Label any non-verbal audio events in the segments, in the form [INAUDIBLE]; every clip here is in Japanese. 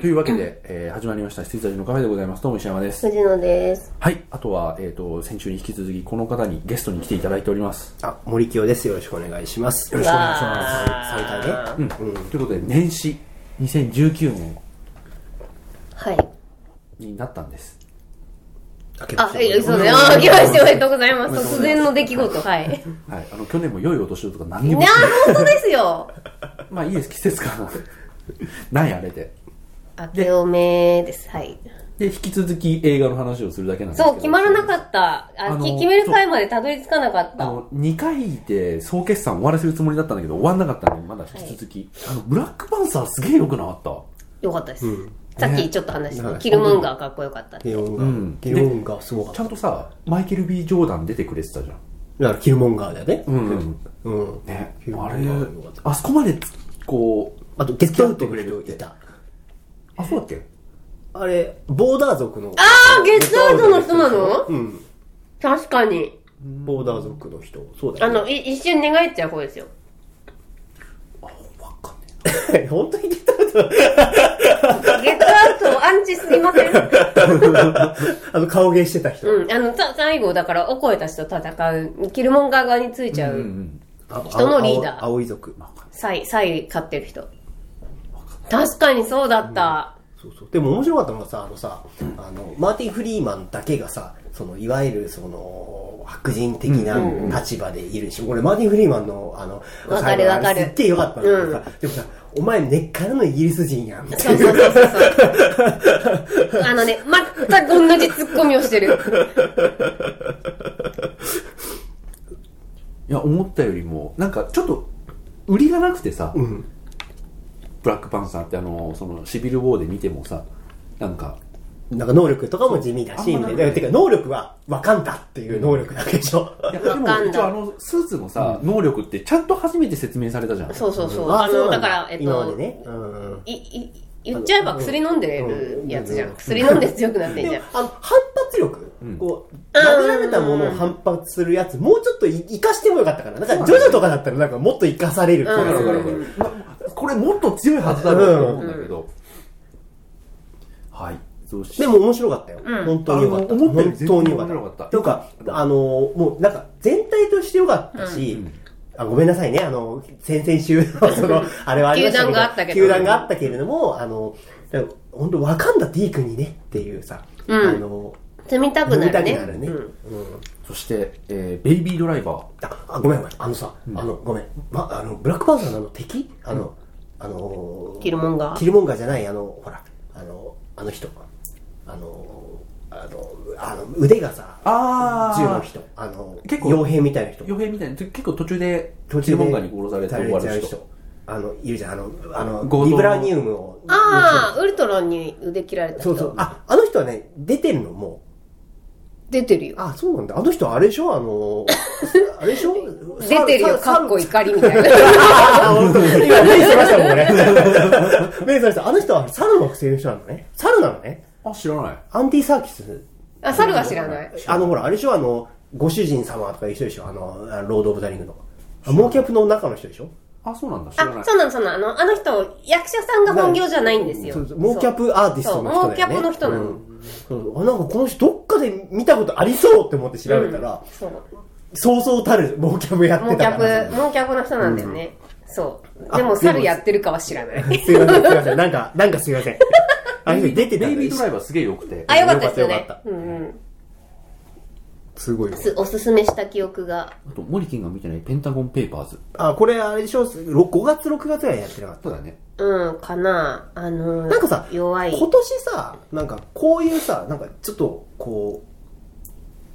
というわけで、えー始まりました、施設たちのカフェでございます。どうも石山です。藤野です。はい。あとは、えっ、と、先週に引き続き、この方にゲストに来ていただいております。あ、森清です。よろしくお願いします。よ。ろしくお願いします3回目、ということで、年始、2019年はい。になったんです。あけましあ、てえ、そうだよ。あ、来ましておめでとうございます。突然の出来事。はい。ねはい。あの、去年も良いお年をとか何にあも、、本当ですよ。まあいいです、季節か [LAUGHS] な。ない、あれで。明けおめです。はい。で、引き続き映画の話をするだけなんですけど。そう、決まらなかった。あ、あのき決める回までたどり着かなかっあた。の、2回で総決算終わらせるつもりだったんだけど、終わんなかったんで、まだ引き続き。あの、ブラックパンサーすげえ良くなかった。よかったです。さっきちょっと話した、ねキルモンガーかっこよかった。ゲオンうガんー。ゲオンガーすごかっちゃんとさ、マイケル・ B ・ジョーダン出てくれてたじゃん。た。だから、キルモンガーだよね。んうんうん。ねキルモンあガれーよかっ、たあそこまでつ、こう、あと、ゲットアウトくれるいた。あ、そうだっけあれ、ボーダー族の。あー、ゲットアウトの人なのうん。確かに。ボーダー族の人。そうだあよ、ね。の、い一瞬寝返っちゃう方ですよ。わかんね [LAUGHS] 本当に出たゲットアウトアンチすぎませんあの、顔芸してた人。うん。あの、さ最後、だから、オコエたちと戦う、キルモンガー側についちゃえ。う。ん。あ青人のリーダー青青い族。サイ、サイ買ってる人。確かにそうだった。そうそう。でも面白かったのがさ、あのさ、あの、マーティン・フリーマンだけがさ、その、いわゆる、その、白人的な立場でいるし、俺、マーティン・フリーマンの、あの、わか最る後わかるあれすっげえよかったんだけどさ、でもさ、お前根っからのイギリス人やん、みたそいうそうそうそう。あのね、全く同じツッコミをしてる。いや、思ったよりも、なんかちょっと、売りがなくてさ、な。うん。ブラックパンサーってあの、その、シビル・ウォーで見てもさ、なんか、なんか能力とかも地味だし、そうあんまみたないいな。てか、能力はわかんだっていう能力だけでしょ。いやでわかんもない一応あの、スーツのさ、能力ってちゃんと初めて説明されたじゃん。そうそうそう。ああの、そうなだんから、えっ今まと、でね。うん。い、い、言っちゃえば薬飲んでるやつじゃ。うんん薬飲んで強くなってんじでゃんも。あの反発力、こう殴られたものを反発するやつもうちょっと生かしてもよかったからなんかジョジョとかだったらなんかもっと生かされる気がうんする、まこれもっと強いはずだろうと思うんだけど、はいそうしでも面白かったよ、うん本当によかったあの思ったよ本り全当に然よ面白かかっったたとかあのもうなんか全体としてよかったし、あごめんなさいね。あの、先々週の、その、あれはありましたけど。球団があったけど球団があったけれども、あの、本当わかんだディー君にね、っていうさ、うんあの、積みたく飲なみるたくね。なるね。うんうんそして、えーベイビードライバーああごめんごめんあのさ、あのごめん、ま、あのブラックパンサーのあの敵あの、あのーキルモンガーキルモンガーじゃないあのほらあのあの人あのあのあの腕がさあ銃の人あの結構傭兵みたいな人傭兵みたいな結構途中で途キ中ルでモンガに殺されて終わる人あのいるじゃんあのあの強盗のビブラニウムをああ、ウルトロンに腕切られたそう人そう。ああの人はね出てるのもう出てるよ。あそうなんだあの人あれでしょあ [LAUGHS] のあれでしょ [LAUGHS] 出てるよ、ささかっこ怒りみたい [LAUGHS] な。あ本当に今、目してましたもん、俺。 [LAUGHS] 目してました。あの人は猿の不正の人なのね。猿なのね。あ知らないアンティサーキス。あ、猿は知らない。あの、ほら、あれでしょ、あの、ご主人様とか一緒でしょ、あの、あのロード・オブ・ザ・リングの。あモーキャップの中の人でしょあそうなんだ知らなあ、いそうなの、そうなの。あの、あの人、役者さんが本業じゃないんですよ。そうそうモーキャップアーティストの人だよね。そうモーキャップの人なのうんそうあなんかこの人どっかで見たことありそうって思って調べたら、そう。そうそうたるモーキャップやっモてーキたャから。ブ、モーキャブの人なんだよね。そう。あでも、でも猿やってるかは知らない。すいません、すいません。なんか、なんかすいま [LAUGHS] せん。あの人出てたベんイビだよードライバーすげえ良くて [LAUGHS] あ、よかったですよよねかっ。うんうん。すごいよ。すおすすめした記憶が。あとモリキンが見てないペンタゴン・ペーパーズあ、これあれでしょ ?5 月、6月ぐらいやってなかった。そうだねうん、かなあのー、なんかさ、弱い。今年さ、なんかこういうさ、なんかちょっとこ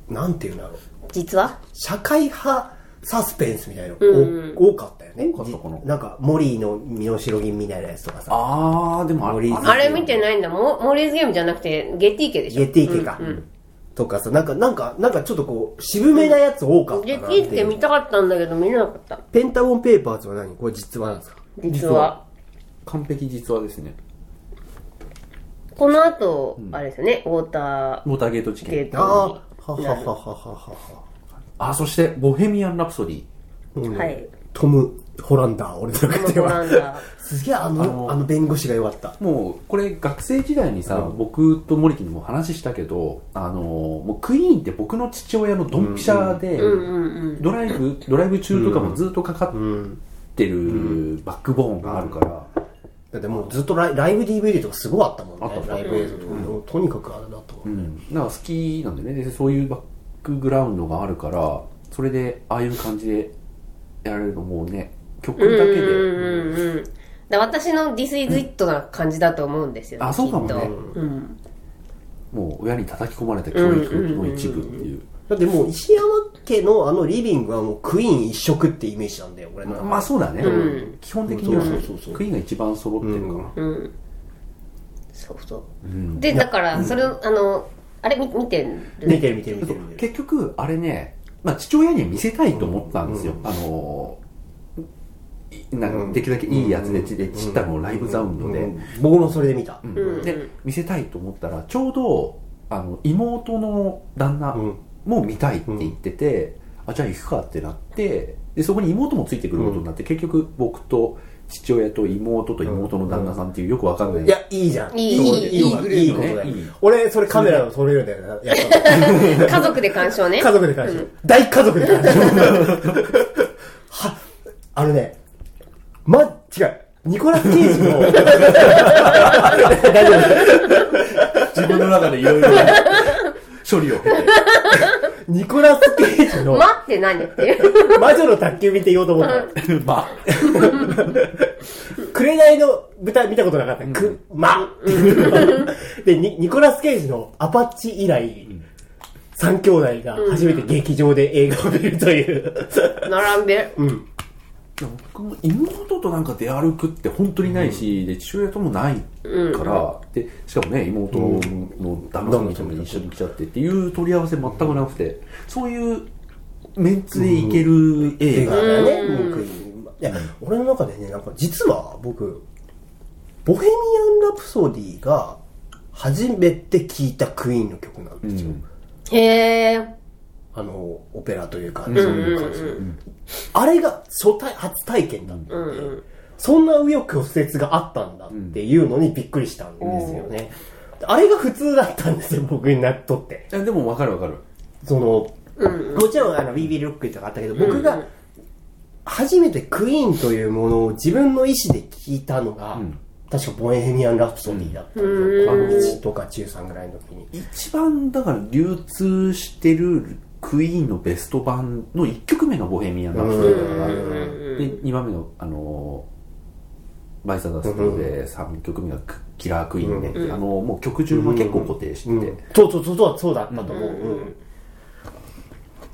う、なんていうんだろう、実は社会派サスペンスみたいなの、うんお多かったよね。多かったかなんか、モリーの身の代銀みたいなやつとかさ、あーでもあモリーズあれ見てないんだ。モモーリーズゲームじゃなくて、ゲッティ家でしょ。ゲティ家か、とかさ、なんか、なんか、なんかちょっとこう、渋めなやつ多かったゲなッっテていうィ家見たかったんだけど、見れなかった。ペンタゴンペーパーズは何これ実話なんですか実実はは。完璧実話ですねこの後、あれですよね、ウォータウォーターゲート事ーゲー件ああ、トはははははははは。あそしてボヘミアン・ラプソディうんはい。トム、ホランダー、俺の中でホランダー。[LAUGHS] はすげえ、あの、あのの弁護士が良かった。もうこれ学生時代にさ、僕と森木にも話したけどあのもうクイーンって僕の父親のドンピシャで、うんうんうん。ドライブドライブ中とかもずっとかかうっん。てるバックボーンがあるから、だってもうずっとライライブ DVD とかすごいあったもんあったあっ。たねライブ映像とか、もうとにかくあれだと思う。うん、なんか好きなんだよねでそういうバックグラウンドがあるからそれでああいう感じでやられるのもうね曲だけで、うんうんうん。だ私の This is it な感じだと思うんですよね。あそうかもねきっとうん。もう親に叩き込まれた教育の一部っていう,、だってもう石山家のあのリビングはもうクイーン一色ってイメージなんだよ、俺の中で。まあそうだね、う基本的にはそうそうそうそうクイーンが一番揃ってるかな、うん。そうそう。で、だから、それを、あの、あれ見見てる見てる見てる見てそうる見てる。結局あれね、まあ、父親には見せたいと思ったんですよ、あのーいなんかできるだけいいやつでちでちったのをライブサウンドで、うん僕もそれで見た。うんで見せたいと思ったらちょうどあの妹の旦那うんも見たいって言ってて、あじゃあ行くかってなってでそこに妹もついてくることになって、結局僕と父親と妹と妹の旦那さんっていうよくわかんない、いや、いいじゃん。いいそういいいいこといいいいことだよいいね俺、それカメラを撮れるんだよね。やったの家族で鑑賞ね。 [LAUGHS] 家族で鑑賞。大家族で鑑賞。は、あのね、ま、違う。ニコラス・ケイジの、大丈夫自分の中でいろいろ [LAUGHS] 処理を経てニコラス・ケイジの、待って何っていう。魔女の宅急便って言おうと思った。まあ紅の豚見たことなかった。く、まで、ニニコラス・ケイジのアパッチ以来、三兄弟が初めて劇場で映画を見るという。並んで。でも僕も妹となんか出歩くって本当にないし、で父親ともないから、でしかもね妹の旦那さんにも一緒に来ちゃってっていう取り合わせ全くなくて、そういうメンツでいける映映画画、だね、僕いや、俺の中でね、なんか実は僕、ボヘミアン・ラプソディが初めて聴いたクイーンの曲なんですよ。へー。あの、オペラというか、そういう感じの。あれが初体、初体験だって。そんな右翼曲折があったんだっていうのにびっくりしたんですよね。あれが普通だったんですよ、僕になっとって。えでも分かる分かるその、もちろんあの、ビビロックとかあったけど、僕が初めてクイーンというものを自分の意思で聞いたのが、確かボヘミアン・ラプソディだったんですよ。1とか中3ぐらいの時に。一番だから流通してるクイーンのベスト版の1曲目が「ボヘミアン・ラプソディ」だから、で2番目の、あのーバイサダストで3曲目がク「キラークイーンね」あのもう曲順は結構固定してて、そうそうそうそう、そうだったと思う。うん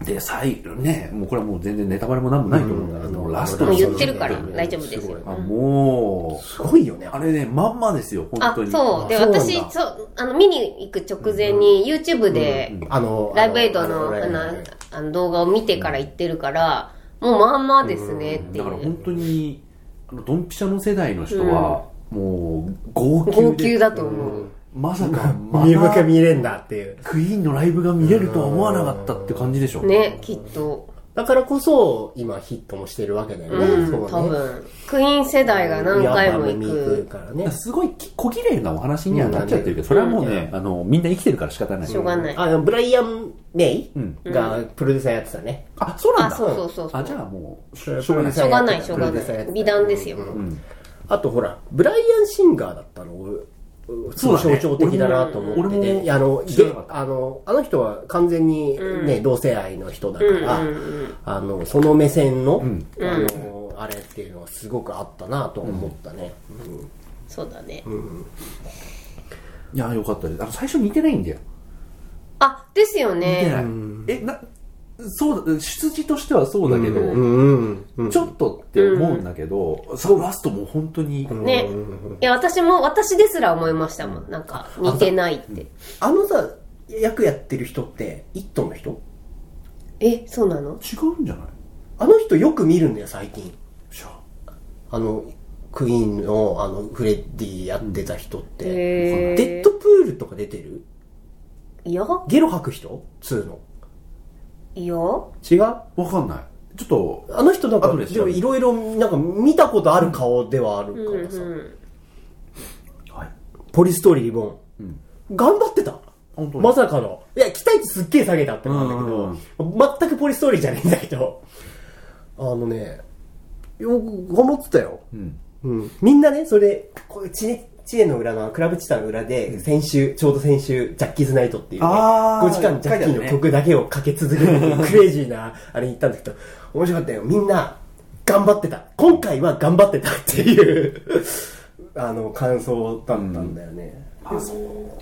で、最後ね、もうこれはもう全然ネタバレもなんもないと思うんだけど、ラストものうそ言のってるから大丈夫ですよ。あ、もすごいよね、う、あれね、まんまですよ、本あ当、に。そう。で、あそうなんだ私、そう、あの、見に行く直前に YouTube で、あの、ライブエイドの、ライあブエイのドの、あの動画を見てから行ってるから、もうまんまですねっていだからう。本当に、あの、ドンピシャの世代の人は、もう、号泣で。号泣だと思う。まさか、ま [LAUGHS] 見るだけた、見れんだっていう。クイーンのライブが見れるとは思わなかったって感じでしょ。ね、きっと。だからこそ、今ヒットもしてるわけだよね。うん、そうね多分。クイーン世代が何回も行いやまあ見に行く。からね。すごいき小綺麗なお話にはなっちゃってるけど、それはもうね、あの、みんな生きてるから仕方ない。しょうがない。あの、ブライアン・メイんがプロデューサーやってたね。あ、そうなんあ、だ。そうそうそうそあ、う。じゃあもう、しそれょうがない。しょうがない、しょうがプロなデューサーやっていた。美談ですよ。あとほら、ブライアン・シンガーだったの、俺そうだね象徴的だなと思って俺て、もいやあの知らなかげったあの、あの人は完全に、ね同性愛の人だから、あのその目線の,、あのあれっていうのはすごくあったなと思ったね、うんそうだね。いや、よかったです。あの、最初似てないんだよ。あ、ですよ似てね。ない。え、な、そうだ、出自としてはそうだけど、うんうんちょっとって思うんだけど、さラストもう本当に、ね。いや、私も、私ですら思いましたもん。なんか、似てないって。あのさ役やってる人って「イット!」の人え、そうなの違うんじゃないあの人よく見るんだよ最近じゃああのクイーンのあのフレッディやってた人って、へーデッドプールとか出てるいやゲロ吐く人 ?2 の。いや違うわかんない。ちょっと、あの人なんか、後で調べるいろいろ、なんか見たことある顔ではあるからさ。はい。ポリストーリーリボン。頑張ってた本当にまさかの。いや、期待値すっげえ下げたってのなんだけうんうんど、全くポリストーリーじゃないんだけど、あのね、よく頑張ってたよ。うん。うん。みんなね、それ、こう知恵、知恵の裏の、クラブチタの裏で、先週、ちょうど先週、ジャッキーズナイトっていうね、あー5時間ジャッキーの曲だけをかけ続ける [LAUGHS] っていうクレイジーな、あれに行ったんだけど、面白かったよ。みんな、頑張ってた。今回は頑張ってたっていう、あの、感想だったんだよね。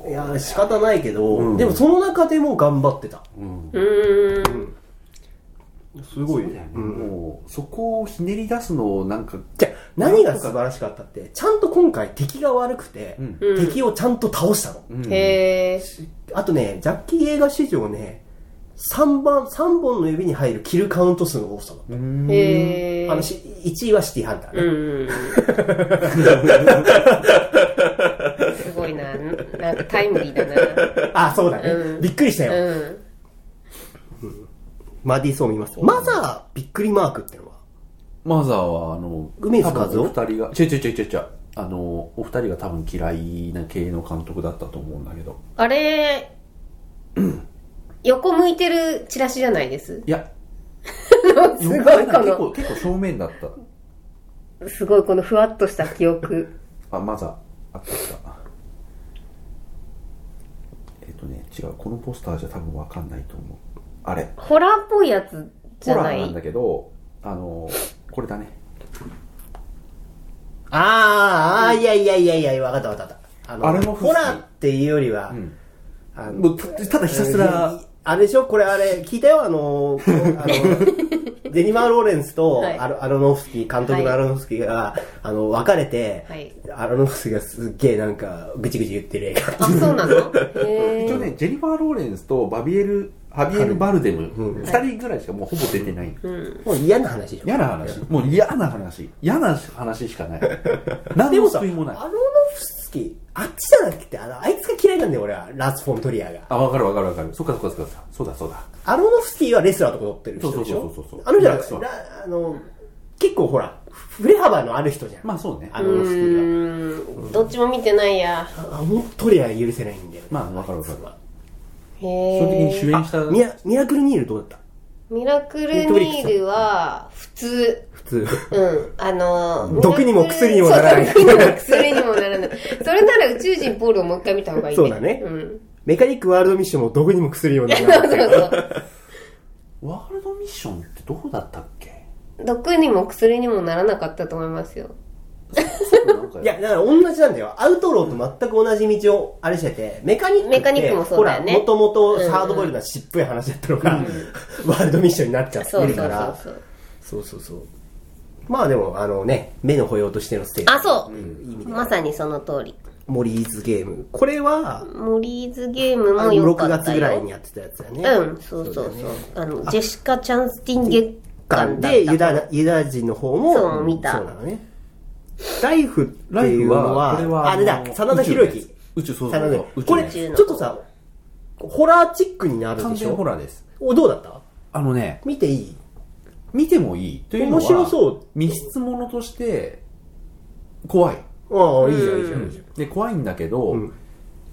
いや、仕方ないけど、うんでもその中でも頑張ってた。うん。うん。すごい。そうだよねもう、そこをひねり出すのをなんか、じゃあ何が素晴らしかったって、ちゃんと今回敵が悪くて、うんうん敵をちゃんと倒したの。うんへえ。あとね、ジャッキー映画史上ね、3番、三本の指に入るキルカウント数の多さだった。へえ。あのし、1位はシティハンターうね。ん。すごいな。なんかタイムリーだな。あ、そうだね、うんびっくりしたよ。うん。マディソー見ます。マザーびっくりマークってのは。マザーは、あの、梅津和多夫分お二人が、ちょいちょいちょいちょいちょい、あの、お二人が多分嫌いな系の監督だったと思うんだけど。あれ、横向いてるチラシじゃないです。いや、すごいなんか結こ構、結構正面だった。の、すごいこのふわっとした記憶。あ、マザー、あったあった。えっとね、違う、このポスターじゃ多分わかんないと思う。あれ、ホラーっぽいやつじホラゃなーなんいだ。けど、あの、これだね。あー、あーいやいやいやいや、わかったわかったわかった。あの、あれも不思議ホラーっていうよりは、んあのもうただひたすら、あれでしょこれあれ、聞いたよ [LAUGHS] あの、あの、デニマー・ローレンスとはいアロアロノフスキー、監督のアロノフスキーが、あの、別れて、はいアロノフスキーがすっげえなんか、ぐちぐち言ってる映画。あ、そう [LAUGHS] なのへ一応え。ね、ジェニファー・ローレンスとバビエル、ハビエル・バルデム、二人ぐらいしかもうほぼ出てない。もう嫌な話でしょ嫌な話。もう嫌な話。嫌な話しか [LAUGHS] ない。何でももさ、ア救いロもなノい。フスキー、あっちじゃなくて、あの、あいつが嫌いなんだよ、俺は。ラス・フォントリアが。あ、わかるわかるわかる。そっかそっかそっか。そうだそうだ。アロノフスキーはレスラーとか乗ってる人でしょそうそうそうそうそうあの人はそうラあの、結構ほら、振れ幅のある人じゃん。まあそうね。アロノフスキーは。うん。どっちも見てないや。あのトリア許せないんだよね。まあわかるわかる。へ基本的に主え。演した、ミラミラクルニールどうだったミラクルニールは、普通。[LAUGHS] 普通。うん。あのー、毒にもミラクル薬にもならないそう毒にも薬にもならない。それなら宇宙人ポールをもう一回見た方がいい。そうだねうん。メカニックワールドミッションも毒にも薬にもならそうない。そうそう。ワールドミッションってどうだったっけ毒にも薬にもならなかったと思いますよ。なんかいや、だから同じなんだよ。アウトローと全く同じ道をあれしてて、メカニックってメカニックもそうだよねほら、もともとサードボイルドはしっぽい話だったのが、ワールドミッションになっちゃってそうるそかうそうら。そう。そうそうそう。まあでも、あのね、目の保養としてのステージ。あ、そう、意味でまさにその通り。モリーズゲーム。これは、モリーズゲームあのも良か6ったよ。月ぐらいにやってたやつだよね。うん、そうそうそう。あの、ジェシカ・チャンスティン月間だった。で、ユダ、ユダヤ人の方も、そう見たそうなのね。ライフってライいうフのは、は、これは、あれだ、真田広之。宇宙、そう真そ田うそう広。宇之宙のこれ、やつちょっとさ、ホラーチックになる完でし全ホょラーです。お、どうだったあのね、見ていい見てもいいというのは面白そう密室ものとして怖いああ、いいじゃん、いいじゃん、いいじゃん。で怖いんだけど、ん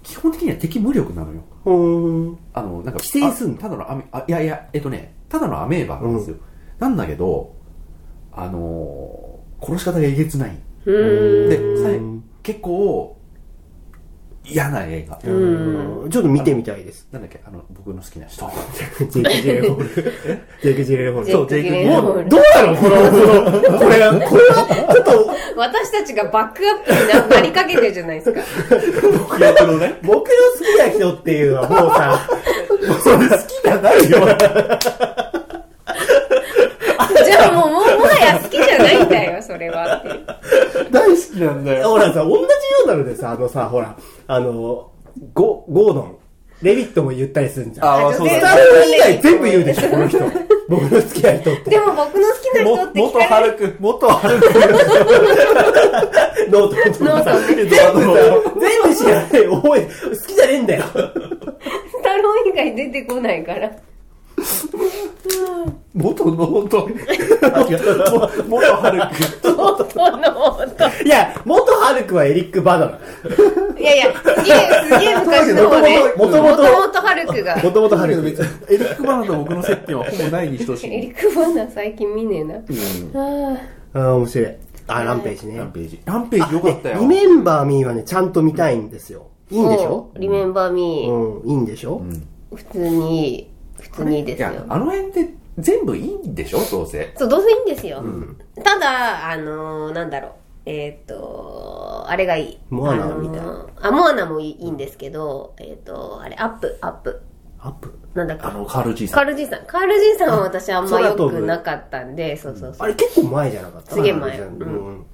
基本的には敵無力なのようーん。あのなんか寄生すんのあただのアメあいやいやえっとねただのアメーバなんですよ、なんだけどあのー殺し方がえげつないうん。でさえ結構嫌な映画うんちょっと見てみたいです。なんだっけあの僕の好きな人ジェイク・ジェ [LAUGHS] レホール。ジェイク・ジェレホール。ジェイクジェイクジジェェイイレクホールどうなのこの、この、これ、これは、ちょっと、私たちがバックアップにななりかけてるじゃないですか。僕役のね僕の好きな人っていうのはもうさ、それ好きじゃないよじゃあもう、もう、もはや好きじゃないんだよ、それはっていう。大好きなんだよほらさ、同じようなのでさ、あのさ、ほら、あの、ゴ、ゴードン、レビットも言ったりするんじゃん。ああそうだスターウォーズ以外全部言うでしょ、この人。僕の好きな人って。 [LAUGHS] でも僕の好きな人って聞元かハれルク元ハルクノーノートト全部さ全部知らない。おい、好きじゃねえんだよ。太郎以外出てこないから。元元、元春くん本当の本いや、元ハルクはエリック・バナ当いやいやすげえすげえ昔の方ねもともともともともとハルクがナ。もともとハルク。エリック・バナと僕の接点はほぼないに等しエリい。ック・バナ最近見ねえな、あああ、面白い。あ、ランページね。ランページ。ランページよかったよ。リメンバーミーはね、ちゃんと見たいんですよ。いいんでしょリメンバーミーうん、いいんでしょ普通に普通にいいでいすよや、あの辺で全部いいんでしょどうせ。そうどうせいいんですよ、ただあのーなんだろうえーっ、とあれがいいモアナあのーみたいあモアナもいいいいんですけどえーっ、とあれアップアップアップ。なんだっけあの、カール爺さカーん。ル爺さんカール爺さんは私あんま空良飛ぶくなかったんでそうそうそうあれ結構前じゃなかったすげえ前うん。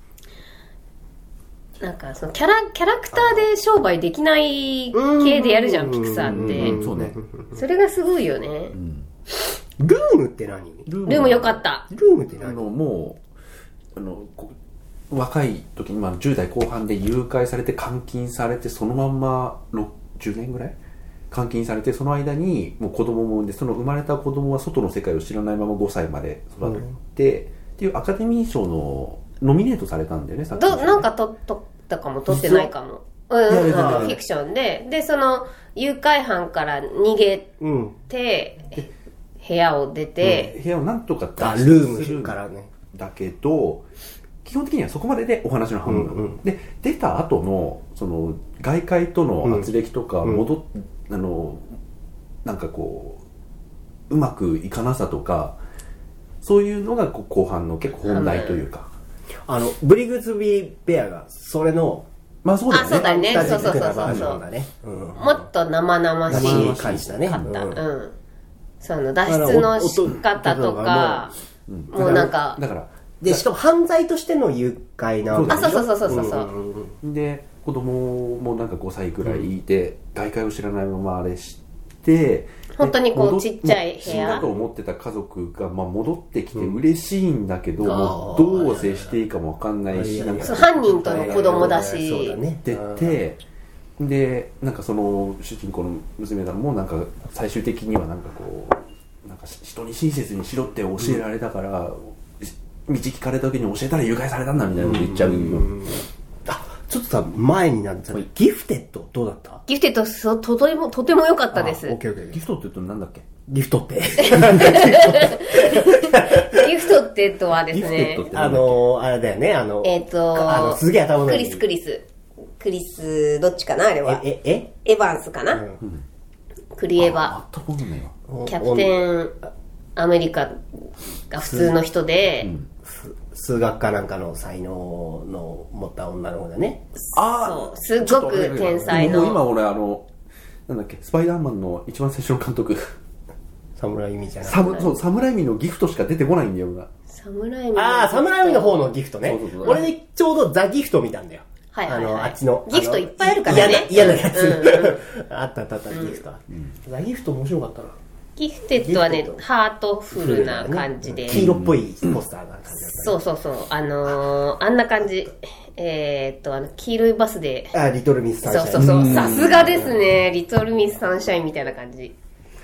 なんかそのキャラキャラクターで商売できない系でやるじゃんピクサーうん、っそうね。てそれがすごいよねルームって何ルルルーム良かったームってあの、何もう、あの、こ若い時に、まあ、10代後半で誘拐されて監禁されて、そのまんまろ10年ぐらい監禁されて、その間にもう子供も産んで、その生まれた子供は外の世界を知らないまま5歳まで育って、っていうアカデミー賞のノミネートされたんだよね、さっきどなんか撮撮ったかも撮ってないかもうんいやいやなんかいやいフやィクションででその誘拐犯から逃げうん。て部屋を出て、部屋をなんとかあ、脱出ルすーるムんからね。だけど、基本的にはそこまででお話の半分、うんうんで出た後のその外界との圧力とかん戻っ、あのなんかこううまくいかなさとかそういうのがこう後半の結構本題というか、あの、ブリグズビー・ベアが、それの、まあそうだよねあそうだね二人そうそうそうそうで作ったバージョンだね。うん。もっと生々し生い々しい感じだね。かった、ううんんその脱出の仕方とかもうなんかだからで、しかも犯罪としての誘拐なわけでしょあそうそうそうそうそうそうんんんで子供もなんか5歳くらいいて、外界を知らないままあれして本当にこう戻ちっちゃい部屋死んだと思ってた家族が、まあ、戻ってきて嬉しいんだけど、んもうあーどう接していいかもわかんないし、あーなんかそう犯人との子供だしそうだね。出てでなんかその主人公の娘だもなんか最終的にはなんかこうなんかし人に親切にしろって教えられたから、し道聞かれた時に教えたら誘拐されたんだみたいなこと言っちゃうよ、あ、ちょっとさ、前になったギフテッドどうだったギフテッドそうとてもとても良かったですあオッケーオッケーギフトって言うとなんだっけギフト [LAUGHS] って。ギフトってとはでギすフテッねドってなあんだっけのー、あれだよね、あの、えっ、あとのすげえ頭のいクいリスクリスクリスどっちかなあれはえ、え、えエヴァンスかな、クリエヴァあ全くわかんないわキャプテンアメリカが普通の人で、数学かなんかの才能の持った女の子だね。あそーうすっごく天才のもう今俺あのなんだっけスパイダーマンの一番最初の監督侍海じゃなくてサムそうサムライミのギフトしか出てこないんだよな侍のああ、侍海の方のギフトね。そうそうそう俺ね、ちょうどザ・ギフト見たんだよ。はいはいはいあの、あっちの。ギフトあのいっぱいあるからね嫌な、嫌なやつ。う [LAUGHS] あったあったあった、ギフト。ザ・ギフト面白かったな。ギフテッドはギねフテッドハートフルな感じで、黄色っぽいポスターな感じだったね。そうそうそうあのー、あんな感じえー、っとあの黄色いバスであ、リトルミス・サンシそャうイン。そうそうさすがですねリトルミスサンシャインみたいな感じ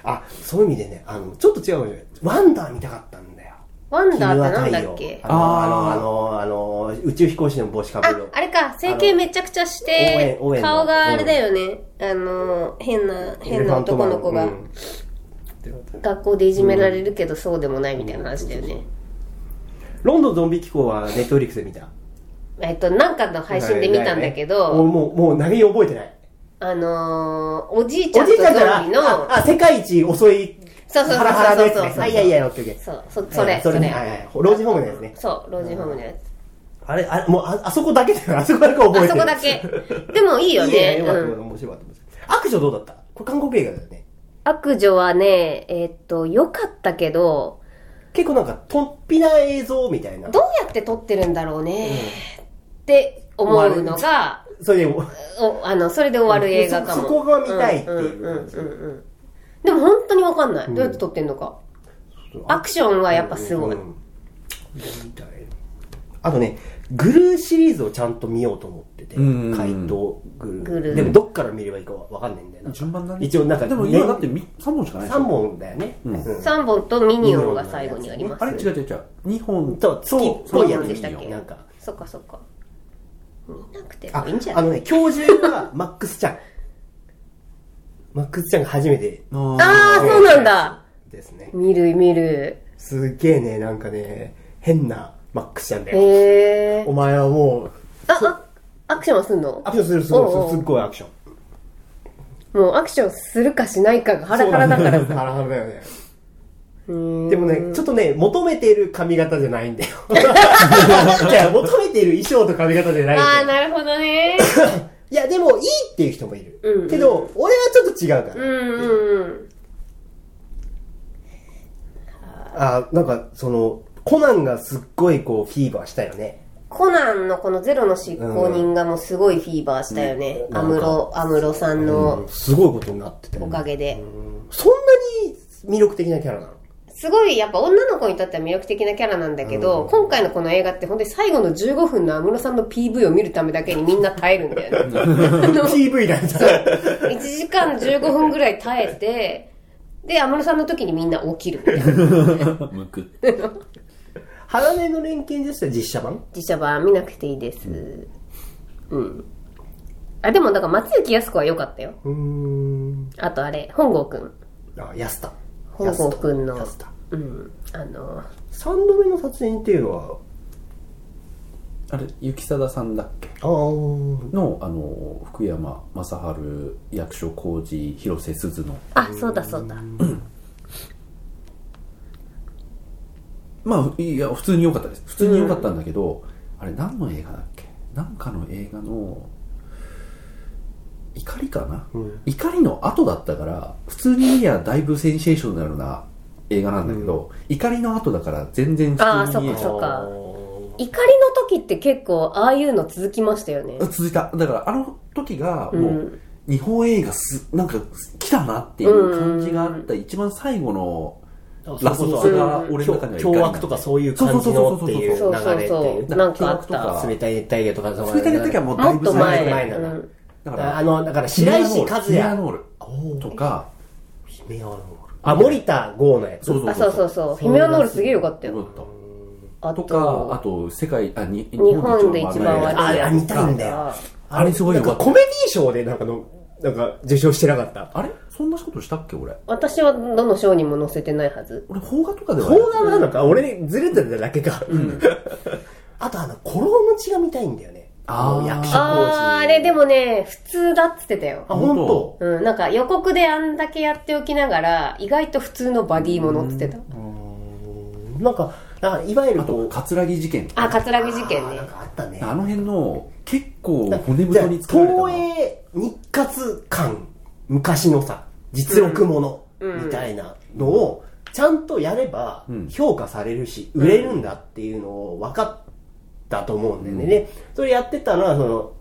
あ、そういう意味でね、あの、ちょっと違うかもしれない。ワンダー見たかったんだよ。ワンダーってなんだっけあの、あの、あの、あの、宇宙飛行士の帽子かぶある。、あれか、整形めちゃくちゃして応援応、援の顔があれだよね。あの、変な、変な男の子がエレファントマンうん学校でいじめられるけどそうでもないみたいな話だよね。ロンドンゾンビ機構はネットフリックスで見た。えっと、なんかの配信で見たんだけど、もう、もう、内容覚えてない。あのー、おじいちゃんおとじゾいちゃんから、ンビの、あ、あ世界一遅い、そうそうそうそうそうハラハラのやつねはい、いやいや、オッケーオッケー。そう、そ、それ、そそれね、れ。はいはい。老人ホームのやつね。そう、老人ホームのやつ。あれ、あれ、もう、ああそこだけだよ。あそこだけ覚えてある。そこだけ。でもいいいいよよねね。。よかったよかったうん面白かった面白かった。悪女どうだったこれ韓国映画だよね。悪女はね、えっと、良かったけど、結構なんか、とっぴな映像みたいな。どうやって撮ってるんだろうね、って思うのが、それでも、おあのそれで終わる映画かもそそこが見たいっていううんうんうんうんうんでも本当に分かんない、どうやって撮ってんのかアクションはやっぱすごい、うん見たい。あとね、グルーシリーズをちゃんと見ようと思ってて、うんうん怪盗グルー。グルーでもどっから見ればいいかわかんないんだよな。順番だね一応なんか、でも今だって3本しかないでし3ょ本だよね。うん3本とミニオンが最後にありますあれ違う違う違う2本と、月っぽいやつでしたっけなんか。そっかそっか見なくてあもいいんじゃあないのね、教授がマックスちゃん。マックスちゃんが初めてのああーそうなんだですね。見る見るすっげえね、なんかね、変なマックスちゃんだよ。へえお前はもう、ああアクションはすんのアクションする、すおうおごうい、すっごいアクション。もうアクションするかしないかがハラハラだからハさラハラだよね。うんでもね、ちょっとね、求めている髪型じゃない [LAUGHS] んだよ。いや、求めている衣装と髪型じゃないんああだよ。なるほどねいや、でも、いいっていう人もいる。うんうんけど、俺はちょっと違うかうら。んうんうんあーなんか、その、コナンがすっごいこう、フィーバーしたよね。コナンのこのゼロの執行人がもうすごいフィーバーしたよね。うんアムロ、アムロさんのすごいことになってて。おかげで。そんなに魅力的なキャラ [LAUGHS] なのすごいやっぱ女の子にとっては魅力的なキャラなんだけど、今回のこの映画って本当に最後の15分の安室さんの PV を見るためだけにみんな耐えるんだよね。 ?PV なんじゃない1時間15分ぐらい耐えて、で、安室さんの時にみんな起きるみたいな。むく鋼の錬金術師は実写版自社版見なくていいです。うん。あ、でもだから松雪靖子は良かったよ。うーん。あとあれ、本郷くん。あ、安田。本郷くんの安田。うん。あの、 3度目の殺人っていうのは、あれ雪貞さんだっけああ、のあの福山雅治役所広司広瀬すずのあ、そうだそうだ。まあいや普通に良かったです普通に良かったんだけど、あれ何の映画だっけなんかの映画の怒りかな、うん怒りの後だったから普通に見りゃだいぶセンセーショナルな映画なんだけど、怒りの後だから全然あ普ー通に見えちゃうそっか怒りの時って結構、ああいうの続きましたよね。続いただからあの時がうもう、ん。日本映画すなんか来たなっていう感じがあった一番最後のラスボスが俺の中には怒り凶悪とかそういう感じのっていうそう流そうれっていうそう。なんかあ記っ憶とたか。冷たい熱帯魚とかそ作りたい時はもうだいもっぶと前前。前だうなんだからあのだから白石和ヒメア也ノールとか姫野あ森田剛のやつそうそうあ、そうそうそう。ヒメアノールすげえよかったよよ。かっあたとかあと世界あに日本で一番悪い悪いああ見たいんだよああれすごいなよんかっかコたメディ賞でなんかのなんか受賞してなかったあれそんなことしたっけ俺私はどの賞にも載せてないはず。俺邦画とかでは邦画なのか俺ずれてただけか [LAUGHS] あとあの「古老の血」が見たいんだよねあーの役所工事あー、あれでもね、普通だっつってたよ。あ本当うん、なんか予告であんだけやっておきながら、意外と普通のバディものっつってた。なんかなんかいわゆるあとこう葛城事件あ、葛城事件ねなん。かあったねあの辺の結構骨太に作られたな東映日活館昔のさ実力ものみたいなのをちゃんとやればうん評価されるし、売れるんだっていうのを分かったと思うんだよね、でそれやってたのはその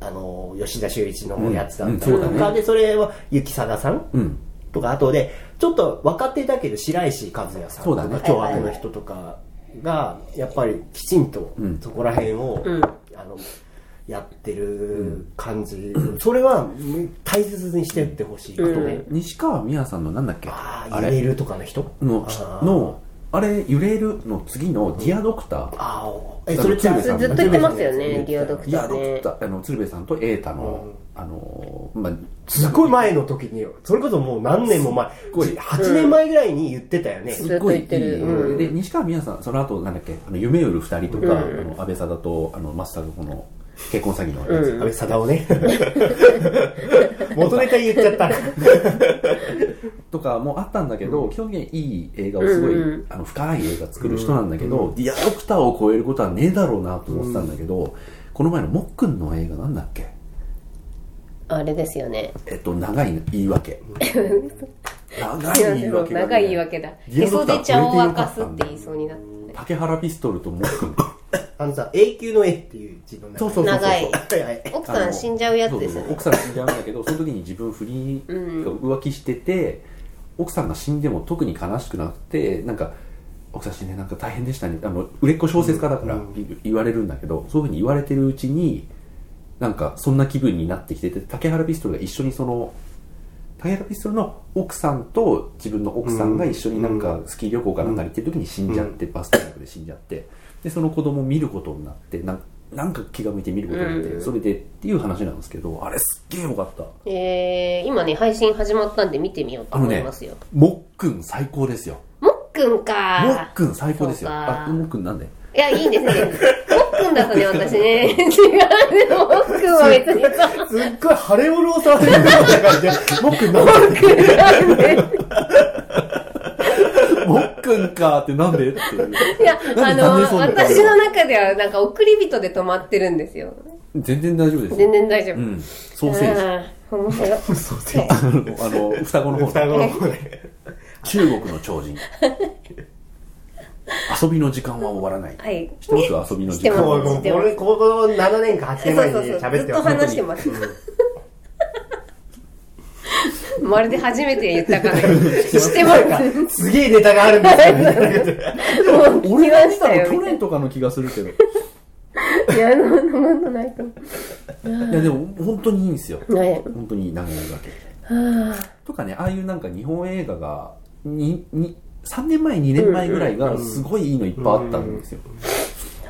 あの吉田修一のやつだったりとうんうんそうか、だねでそれは雪貞さんうんとかあとでちょっと若手だけど白石和也さんそとうだか、ね凶悪の人とかがやっぱりきちんとうんそこら辺を、んあのやってる感じ、それは大切にしてってほしいことね、西川美和さんのなんだっけあああれ揺れるとかの人のあーのあれ「揺れる」の次の「ディアドクター」ああえそれってあのず鶴ずっと言ってますよね、ディアドクいタや、ドークねタ。ー、あの、鶴瓶さんと瑛太の、あのー、まあ、すごい前の時によそれこそもう何年も前ごい8年前ぐらいに言ってたよね、ずっと言ってるすごいいいうんで、西川美奈さん、その後、なんだっけ、あの、夢売る二人とか、あの、安倍貞と、あの、松田この、結婚詐欺のやつ、安倍貞 [LAUGHS] 夫ね元ネタ言っちゃったとかもあったんだけど、基本的にいい映画をすごい、うんあの、深い映画作る人なんだけど、ディアドクターを超えることはねえだろうなと思ってたんだけど、この前のもっくんの映画なんだっけあれですよね。えっと、長い [LAUGHS] 言い訳。長 [LAUGHS] い言い訳、 [LAUGHS] 長い言い訳だ。ディへアドそクターで茶を沸かす超えてっよかったんてだ言いそうになった。竹原ピストルともっくん。あのさ永久の絵っていう字の名前そうそうそうそう。長いはいはい奥さん死んじゃうやつですよそうそうね。奥さん死んじゃうんだ [LAUGHS] けどその時に自分不倫浮気してて、奥さんが死んでも特に悲しくなくてなんか奥さんねなんか大変でしたねあの売れっ子小説家だから言われるんだけど、そういうふうに言われてるうちになんかそんな気分になってきてて竹原ピストルが一緒にその竹原ピストルの奥さんと自分の奥さんが一緒になんかスキー旅行かなんかに行ってる時に死んじゃって、バストラックで死んじゃってでその子供を見ることになってなんなんか気が向いて見ることになって、それでっていう話なんですけどあれすっげえよかったえー、今ね、配信始まったんで見てみようとあの思いねますよ。もっくん最高ですよもっくんか。もっくん最高ですよそうかあもっくんなんでいや、いいんですね。もっくんだとね、私ね。 [LAUGHS] 違うね、もっくんは別にそうすっごい晴れおろを触ってるみたいな感じで、 [LAUGHS] 僕なんかなんで。 [LAUGHS] もっくんかーってなんでっていういや、なあんでの、残念そうだったの私の中では、なんか、送り人で止まってるんですよ。全然大丈夫です全然大丈夫。うんソーセージうん面白いそうですね。あ [LAUGHS] のあの双子の方双の子の方で。中国の超人遊びの時間は終わらないはい。知ってます遊びの時知って間まもはう、もう、これ、ここ7年か8年前に喋ってまそす。うそうそうずっと話してます本当にまるで初めて言っ [LAUGHS] たかのように。してます。うんすげえネタがあるんですよみたいな感じで。もう、俺が見たのみ去たい年とかの気がするけどいな。いや、そんなことないと思やでも本当にいいんですよう。はい。本当に長いわけはとかねああいうなんか日本映画がにに3年前2年前ぐらいがすごいいいのいっぱいあったんですよ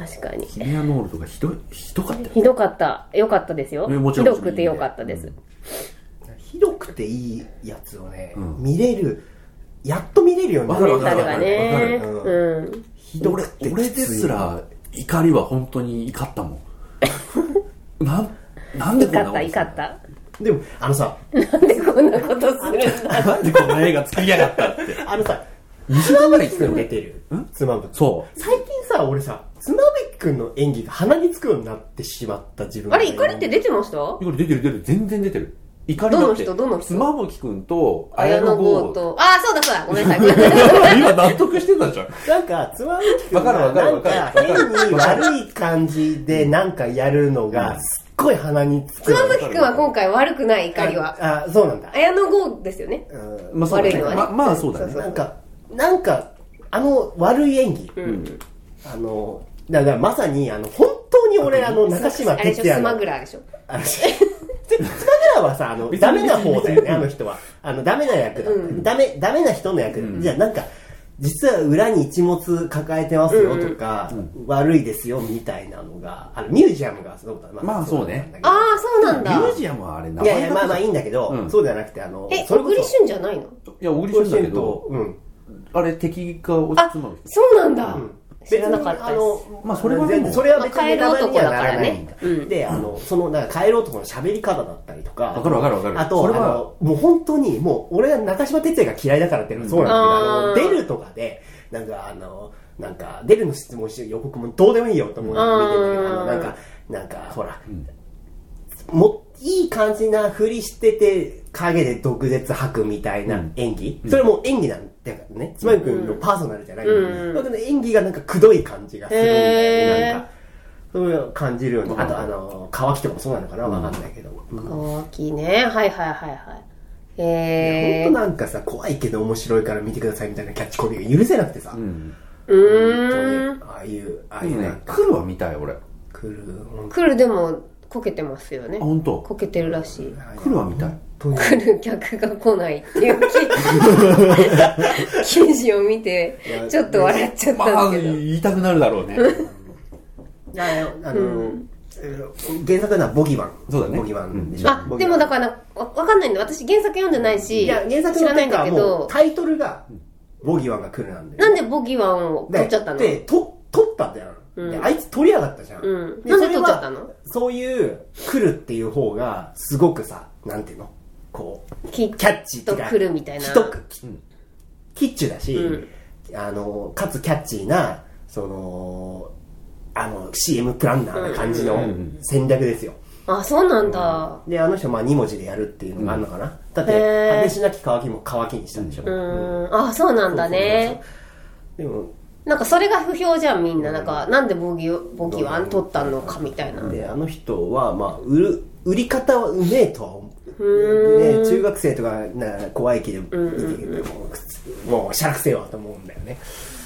あ確かに。ヒメアノールとかひどいひどかったよひどかった。よかったですよ。えもちひろんどくてよかったです。ひどくていいやつをね、ん見れる、やっと見れるようになわメかンるタルわかがるわかるね。わかうん。ひど俺くてきつい俺です。ら怒りは本当に怒ったもんなんなんでこん怒なっことた、怒った。でも、あのさ、なんでこんなことするん [LAUGHS] だ。なんでこんな映画作りやがったってあの [LAUGHS] さ、 2週間ぐらい来てつるまね出てるん。つまぶ。そ最近さ、俺さ、つまぶくんの演技が鼻につくようになってしまった自分があれ、怒りって出てましたうこれ出てる出てる全然出てる怒りだってどの人どの人妻夫木君と綾綾野野剛剛と。ああ、そうだそうだ。ごめんなさ [LAUGHS] い。今納得してたじゃん [LAUGHS] なんか、つまぶきくんわかるわが、かるなわんかるか、変に悪い感じでなんかやるのが、すっごい鼻につく。妻夫木くんは今回悪くない怒りは。は。あ、そうなんだ。綾野剛ですよね。うんまあそうだ悪いねのはねままあそうだねなんか、なんか、あの、悪い演技。あの、だからまさに、あの、本当に俺、あの、中島あれでし哲ょ、ス也の。マグラーでしょ。あの [LAUGHS] スマグラはさ、あの、ダメな方だよね、あの人は。あの、ダメな役だ。ダメ、ダメな人の役だ。じゃあなんか、実は裏に一物抱えてますよとか、悪いですよみたいなのが、あの、ミュージアムがそうだなまあそうねなんだけどああ、そうなんミだ。ュージアムはあれ名いやい前や、だまかあまらあいいいんだけど、うんそうじゃなくて、あの、え、それ小こそ栗、旬じゃないのや小栗旬小栗だけ旬どと、うん。あれ敵が落ちあつまぶき、そうなんだ。知らなかったで別にす。あのまあそれはでも全然それは別にネタバレにはならないんまだあ帰る男だからねうんで、あの、その、なんか、帰る男の喋り方だったりとか。わかるわかるわかるあと、そあれはの、もう本当に、もう、俺は中島哲也が嫌いだからっていうのはそうなんだけど、うんあの、出るとかで、なんか、あの、なんか、出るの質問して予告もどうでもいいよと思って見てるけど、あの、なんか、なんか、ほら、もいい感じなふりしてて、影で毒舌吐くみたいな演技。それも演技なんだからね。つまり君のパーソナルじゃないんだけど、うんだから演技がなんかくどい感じがするんだよへーね。なんか、そういうのを感じるように。かあると、あの、乾きとかもそうなのかなわかんないけど。うん大きいね。はいはいはいはい。えほんとー。なんかさ、怖いけど面白いから見てくださいみたいなキャッチコピーが許せなくてさ。うん、うーん本。当にああいう、ああでいもうねなんか、来るは見たい俺あ来る、ほんとクルでもこけてますよね。本当こけてるらしい。来るは見たい本当来にる客が来ないっていう記記事を見て、ちょっと笑っちゃっまたあんですけど。言いたくなるだろうねいやいやあの、えー原作はボギワン。そうだねボギワンでしょ。あボ、ギでワンもだから、わわかんないんだ。私原作読んでないし、いや、原作知らのないんだ中けはもうど、タイトルが、ボギワンが来るなんで。なんでボギワンをで取っちゃったので、と、取ったんだよ。であいつ取りやがったじゃん。うんなんでそれ取はっちゃったのそういう、来るっていう方が、すごくさ、なんていうのこう、キッキャッチーとってか来るみたいな。ひどく、きうんキッチュだし、うんあの、かつキャッチーな、その、あの、CM プランナーな感じの戦略ですよ。あ、そうなんだ。で、あの人、まあ、2文字でやるっていうのがあるのかな。だって、へー果てしなき乾きも乾きにしたんでしょ。うーん。あ、そうなんだね。でも、なんかそれが不評じゃん、みんな。なんか、なんでボギボギワン取ったのかみたいな。で、あの人は、まあ、売る、売り方はうめえとは思うでね、中学生とかなんか怖い気で見てるもうもうしゃらくせえわと思うんだよね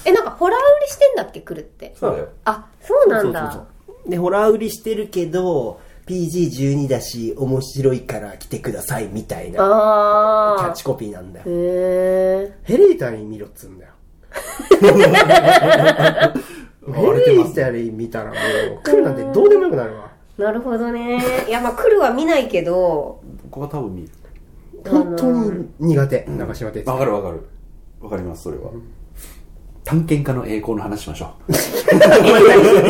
え、なんかホラー売りしてんだっけ、来るって。そうだよ。あ、そうなんだ。そうそうそうでホラー売りしてるけど PG12 だし面白いから来てくださいみたいなキャッあチコピーなんだよー。へえ。ヘレータリー見ろっつうんだよ [LAUGHS] ヘレータリー見たらもう来るなんてどうでもよくなるわなるほどね。いや、まあ、来るは見ないけど、僕は多分見る。本当に苦手長島哲わかるわかる。わかります、それは。探検家の栄光の話しましょう。 [LAUGHS]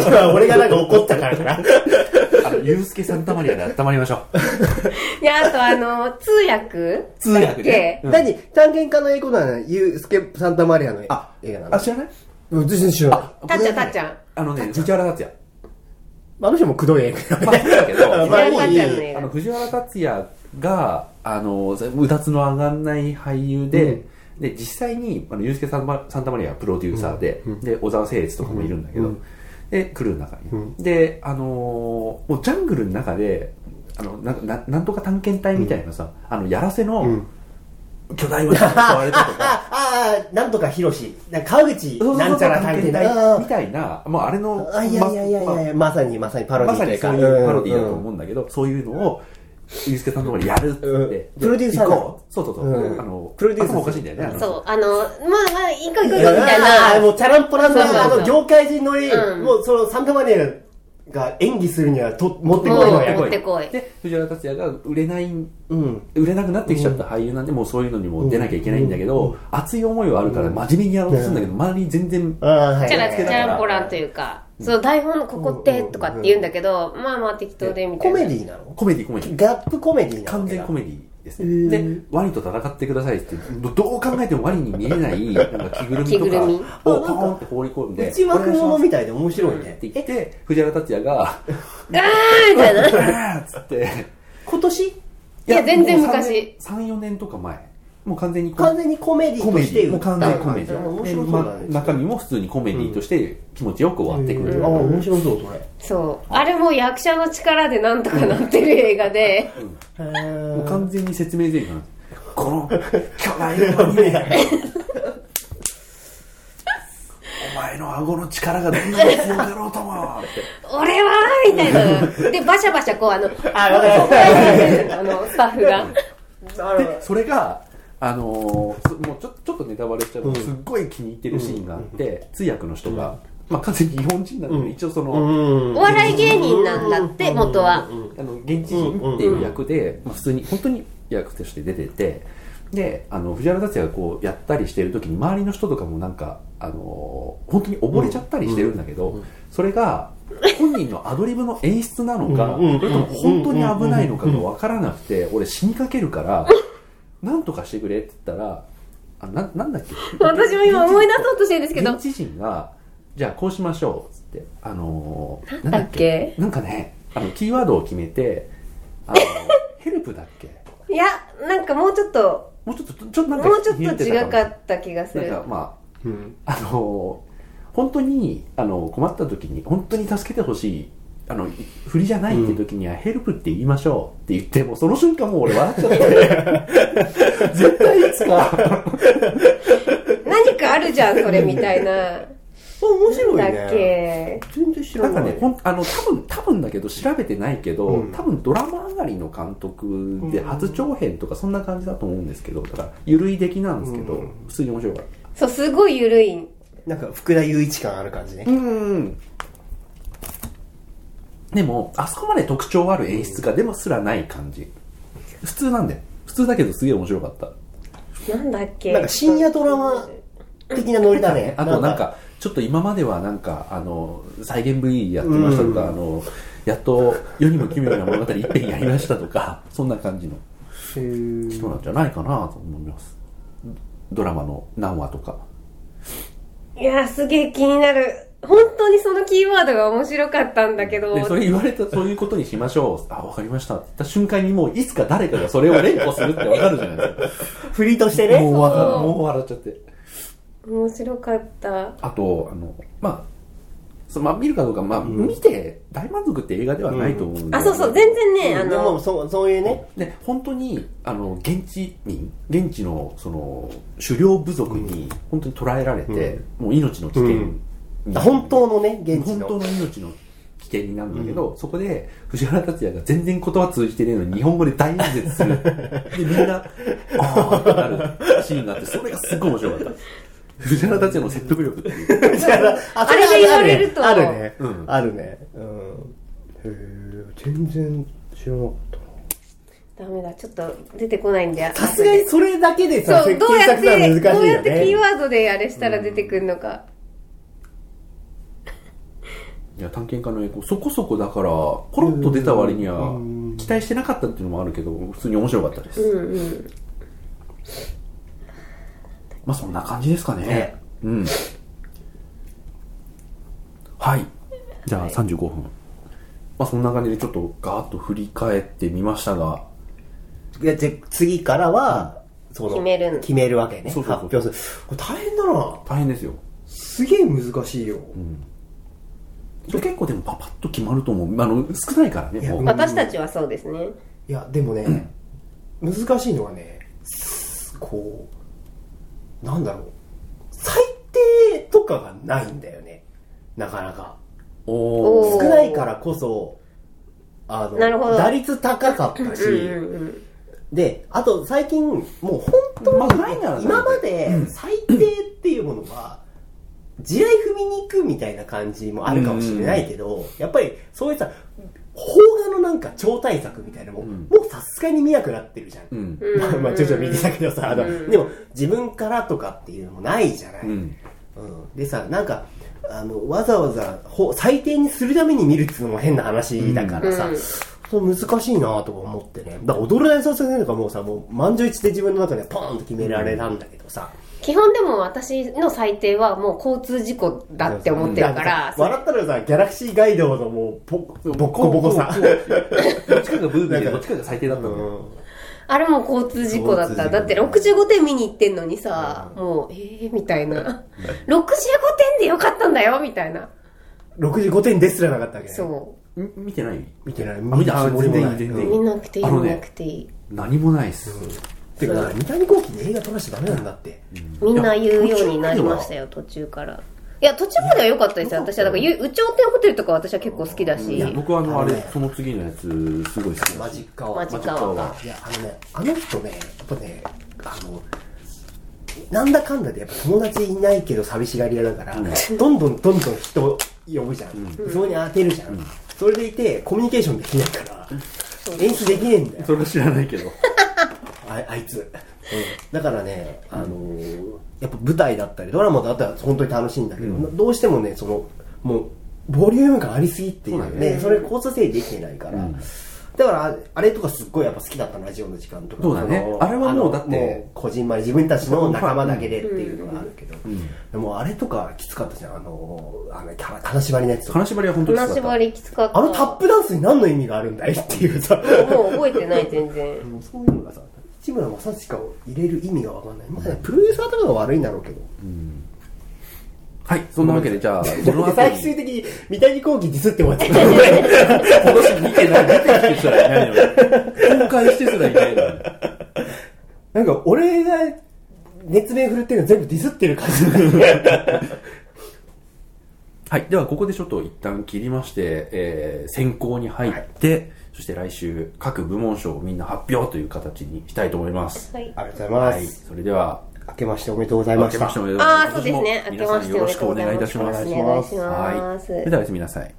今俺がなんか怒ったからかなあの、ユースケ・サンタマリアで温まりましょう。いや、あとあの、通訳通訳で。うん何探検家の英語なのユースケ・サンタマリアの映画あ、なあ、の知らない全然知らないたっちゃんたっちゃん。あのね、藤原達あの人もくどい映画也。まあ、だけど、 [LAUGHS] まあいいたっちゃんの映あの画。藤原竜也があのうだつの上がんない俳優で、で実際にあのユースケサンタマサンタマリアがプロデューサーで、で小沢誠一とかもいるんだけど、でクルーの中に、であのーもうジャングルの中であのなななんとか探検隊みたいなさ、あのやらせの、巨大魚に襲われたとかあ、あ、あ、なんとかひろし、なんか川口そうそうそう [LAUGHS] なんちゃら探検隊。みあたいな、もうあれの、あ、いやいやいやいやいや、まさにまさにパロデまィさといにうか。そういうパロディだと思うんだけど、そういうのを、ユースケさんのところでやるっつって、うんでプロデューサー行だこうそうそうそう、うんあの、プロデューサー頭おかしいんだよねあの人。そう、あの、まあまあ、行こう行こう行こうみうんたいああ、な。もうチャランポラそンうのそうあそうの業界人のり、うんもうそのサンタマリアが演技するにはと持ってこいものうや持ばっいてこい。で、藤原竜也が売れない、うん。売れなくなってきちゃった俳優なんで、もうそういうのにも出なきゃいけないんだけど、熱い思いはあるから真面目にやろうとするんだけど、周りに全然、ああ、はい。チャラけチどャランポランというか、その台本のここってとかって言うんだけど、まあまあ適当でみたコいな。メディなのコメディコメディ。ガップコメディなの完全コメメディですね。で、ワニと戦ってくださいって、どどう考えてもワニに見えない、なんか着ぐるみと着ぐるみかをポーンって放り込んで、内幕お願いしま者すみたいで面白いっね。て言って、藤原竜也が、あーみたいな。ブーンっつって、今年いや全然もう3昔年3、4年とか前。もう完全にコ完全にコメディコとメデしィ。て売もっう完た全にコメデあ面ィ。で、白そうだまね、中身も普通にコメディとして気持ちよく終わってくる。あ面白そうそれそう。あれも役者の力でなんとかなってる映画で、もう完全に説明ゼリフなんです。この巨大な目が。お前の顎の力がどんなに強かろうとも。って俺はみたいな。で、バシャバシャこう、あの、あ [LAUGHS] わかりまあの、スタッフが。でそれが、あのーそもうちょちょっとネタバレしちゃうとすっごい気に入ってるシーンがあって、通訳の人が、まあ完全に日本人なんだけど、一応その、うんお笑い芸人なんだって、元は。あの現地人っていう役で、まあ、普通に本当に役として出ててであの藤原達也がこうやったりしてる時に周りの人とかもなんか、あのー本当に溺れちゃったりしてるんだけど、それが本人のアドリブの演出なのか、うんうんそれとも本当に危ないのかが分からなくて、俺死にかけるからなんとかしてくれって言ったらあななんだっけ私も今思い出そうとしてるんですけど現、地人がじゃあこうしましょうっつってあのーなんだっけなんかねあのキーワードを決めてあ [LAUGHS] のヘルプだっけいや、なんかもうちょっと、もうちょっとちょちょなんかもうちょっとひ違ねてかたった気がすもるなん。かまうんああのー本当にあの困った時に本当に助けてほしいあの振りじゃないって時には、ヘルプって言いましょうって言ってもうその瞬間もう俺笑っちゃって [LAUGHS] 絶対いつか [LAUGHS] 何かあるじゃん、それみたいな。あ面白だいっねけ。全然知ならんなかいね、ほんあの多分多分だけど調べてないけど、うん多分ドラマ上がりの監督で初長編とかそんな感じだと思うんですけど、だから緩い出来なんですけど、うん普通に面白いから。そう、すごい緩い。なんか福田雄一感ある感じねうん。でも、あそこまで特徴ある演出家でもすらない感じ。普通なんだよ。普通だけどすげえ面白かった。なんだっけ。なんか深夜ドラマ的なノリだね [LAUGHS] あとなんか、ちょっと今まではなんか、あの、再現 V やってましたとか、あの、やっと世にも奇妙な物語いっぺんやりましたとか、そんな感じの。へー人なんじゃないかなと思いますドラマの何話とかいやー、すげえ気になる。本当にそのキーワードが面白かったんだけど。でそれ言われたそういうことにしましょうあわかりましたって言った瞬間にもういつか誰かがそれを連呼するってわかるじゃない [LAUGHS] でフリーとしてすかもねうわかそうもう笑っちゃって面白かった。あとあのまあそうまあ、見るかどうか、まあ、見て大満足って映画ではないと思うんで、あ、そうそう、全然ね、あでもの、そうそういうね、で本当にあの現地民現地のその狩猟部族に本当に捕らえられて、もう命の危険に、本当のね、現地本当の。の命の危険になるんだけど、そこで藤原竜也が全然言葉通じてねえのに日本語で大演説す [LAUGHS] るでみんなああってなるシーンがあってそれがすっごい面白かった藤原竜也の説得力っていう [LAUGHS] あそれあれで言われるとあるねうん。あるね。うん。へー全然知らなかったな。ダメだ、ちょっと出てこないんで。さすがにそれだけ [LAUGHS] でさ、そう、どうやっ検索はて、難しいよね。どうやってキーワードであれしたら出てくるのか。いや探検家の栄光そこそこだからポロッと出た割には期待してなかったっていうのもあるけど普通に面白かったです、うんうん。まあそんな感じですかねねうんはいじゃあ35分、まあそんな感じでちょっとガーッと振り返ってみましたがいや、じゃあ次からは、その決めるん決めるわけね。そうそうそう発表する。これ大変だな。大変ですよすげえ難しいよ。それ結構でもパパッと決まると思うあの少ないからいねやもうま私たちはそうですね。いや、でもね、難しいのはね、こう、なんだろう。最低とかがないんだよね。なかなか。おーおー少ないからこそ、あなるほの、ど打率高かったし、うんうんで、あと最近、もう本まあ当にないならない今まで最低っていうものは、地雷踏みに行くみたいな感じもあるかもしれないけど、やっぱりそういうさ、邦画のなんか超大作みたいなのも、うんもうさすがに見なくなってるじゃん。うんうん。まあまあ徐々に見てたけどさ、あの、うんでも自分からとかっていうのもないじゃない。うんうんでさなんかあのわざわざほ最低にするために見るっていうのも変な話だからさ、うんうんそう難しいなとか思ってねだから踊れない先生とかもうさもう満場一致で自分の中でポーンと決められたんだけどさ、基本でも私の最低はもう交通事故だって思ってるから、なんかさ笑ったらさギャラクシーガイドのもうポボッコボコさこうこうどっちかがブームなんでかどっちかが最低だったのよあれも交通事故だっ交通事た。故だって65点見に行ってんのにさ、もう、えー、みたいな。65点でよかったんだよ、みたいな。 65点ですらなかったわけねそん見てない見てない見たつもりもな全然いい全う。然いい見なくていい、あの見ねなくていい。何もないっす、てかだから三谷幸喜で映画撮らしてダメなんだって、みんな言うようになりましたよ、途中から。いや、途中までは良かったですよ。私は、だから、有頂天ホテルとか私は結構好きだいしや、僕はあのああのれねその次のやつすごい好きマだジしカマはジカワが。いや、あのね、あの人ね、やっぱね、あの、なんだかんだでやっぱ友達いないけど寂しがり屋だから、どんどんどんどん人を呼ぶじゃん。そこに当てるじゃん,、それでいて、コミュニケーションできないから、演出できねえんだよ、それは知らないけどああいつ、だからね、あのーやっぱ舞台だったり、ドラマだったら本当に楽しいんだけど、どうしてもね、その、もう、ボリューム感ありすぎっていうそうだね、よそれ交通整理できてないから、だからあ、あれとかすっごいやっぱ好きだったのラジオの時間とか。そうだねのあれはもうのだってもうこじんまり自分たちの仲間だけでっていうのがあるけど、でもあれとかきつかったじゃん、あのー、あの、金金縛りのやつとか。金縛りは本当に好金きだった縛りきつかった。あのタップダンスに何の意味があるんだいっていうさ。もう覚えてない、全然。もうそういうのがさ市村正親を入れる意味が分かんない、まあね、プロデューサーとかが悪いんだろうけどはいそんなわけでじゃあこの後最終に的に三谷幸喜ディスって終わっちゃっ [LAUGHS] 今年見てない出てきてすらいないの [LAUGHS] に公開してすらいないのにたなんか俺が熱弁振るってるの全部ディスってる感じ [LAUGHS] はい。では、ここでちょっと一旦切りまして、えー、選考に入って、そして来週、各部門賞をみんな発表という形にしたいと思います。はい。ありがとうございま [LAUGHS] はい。す、それでは、明けましておめでとうござい明ましけたましておめでとうございます。ああ、そうですね。明け今年もま皆さしんよておろめしでくとおうござ願いいいたましす。ます。お願いしますはい。それでは、おやすみなさい。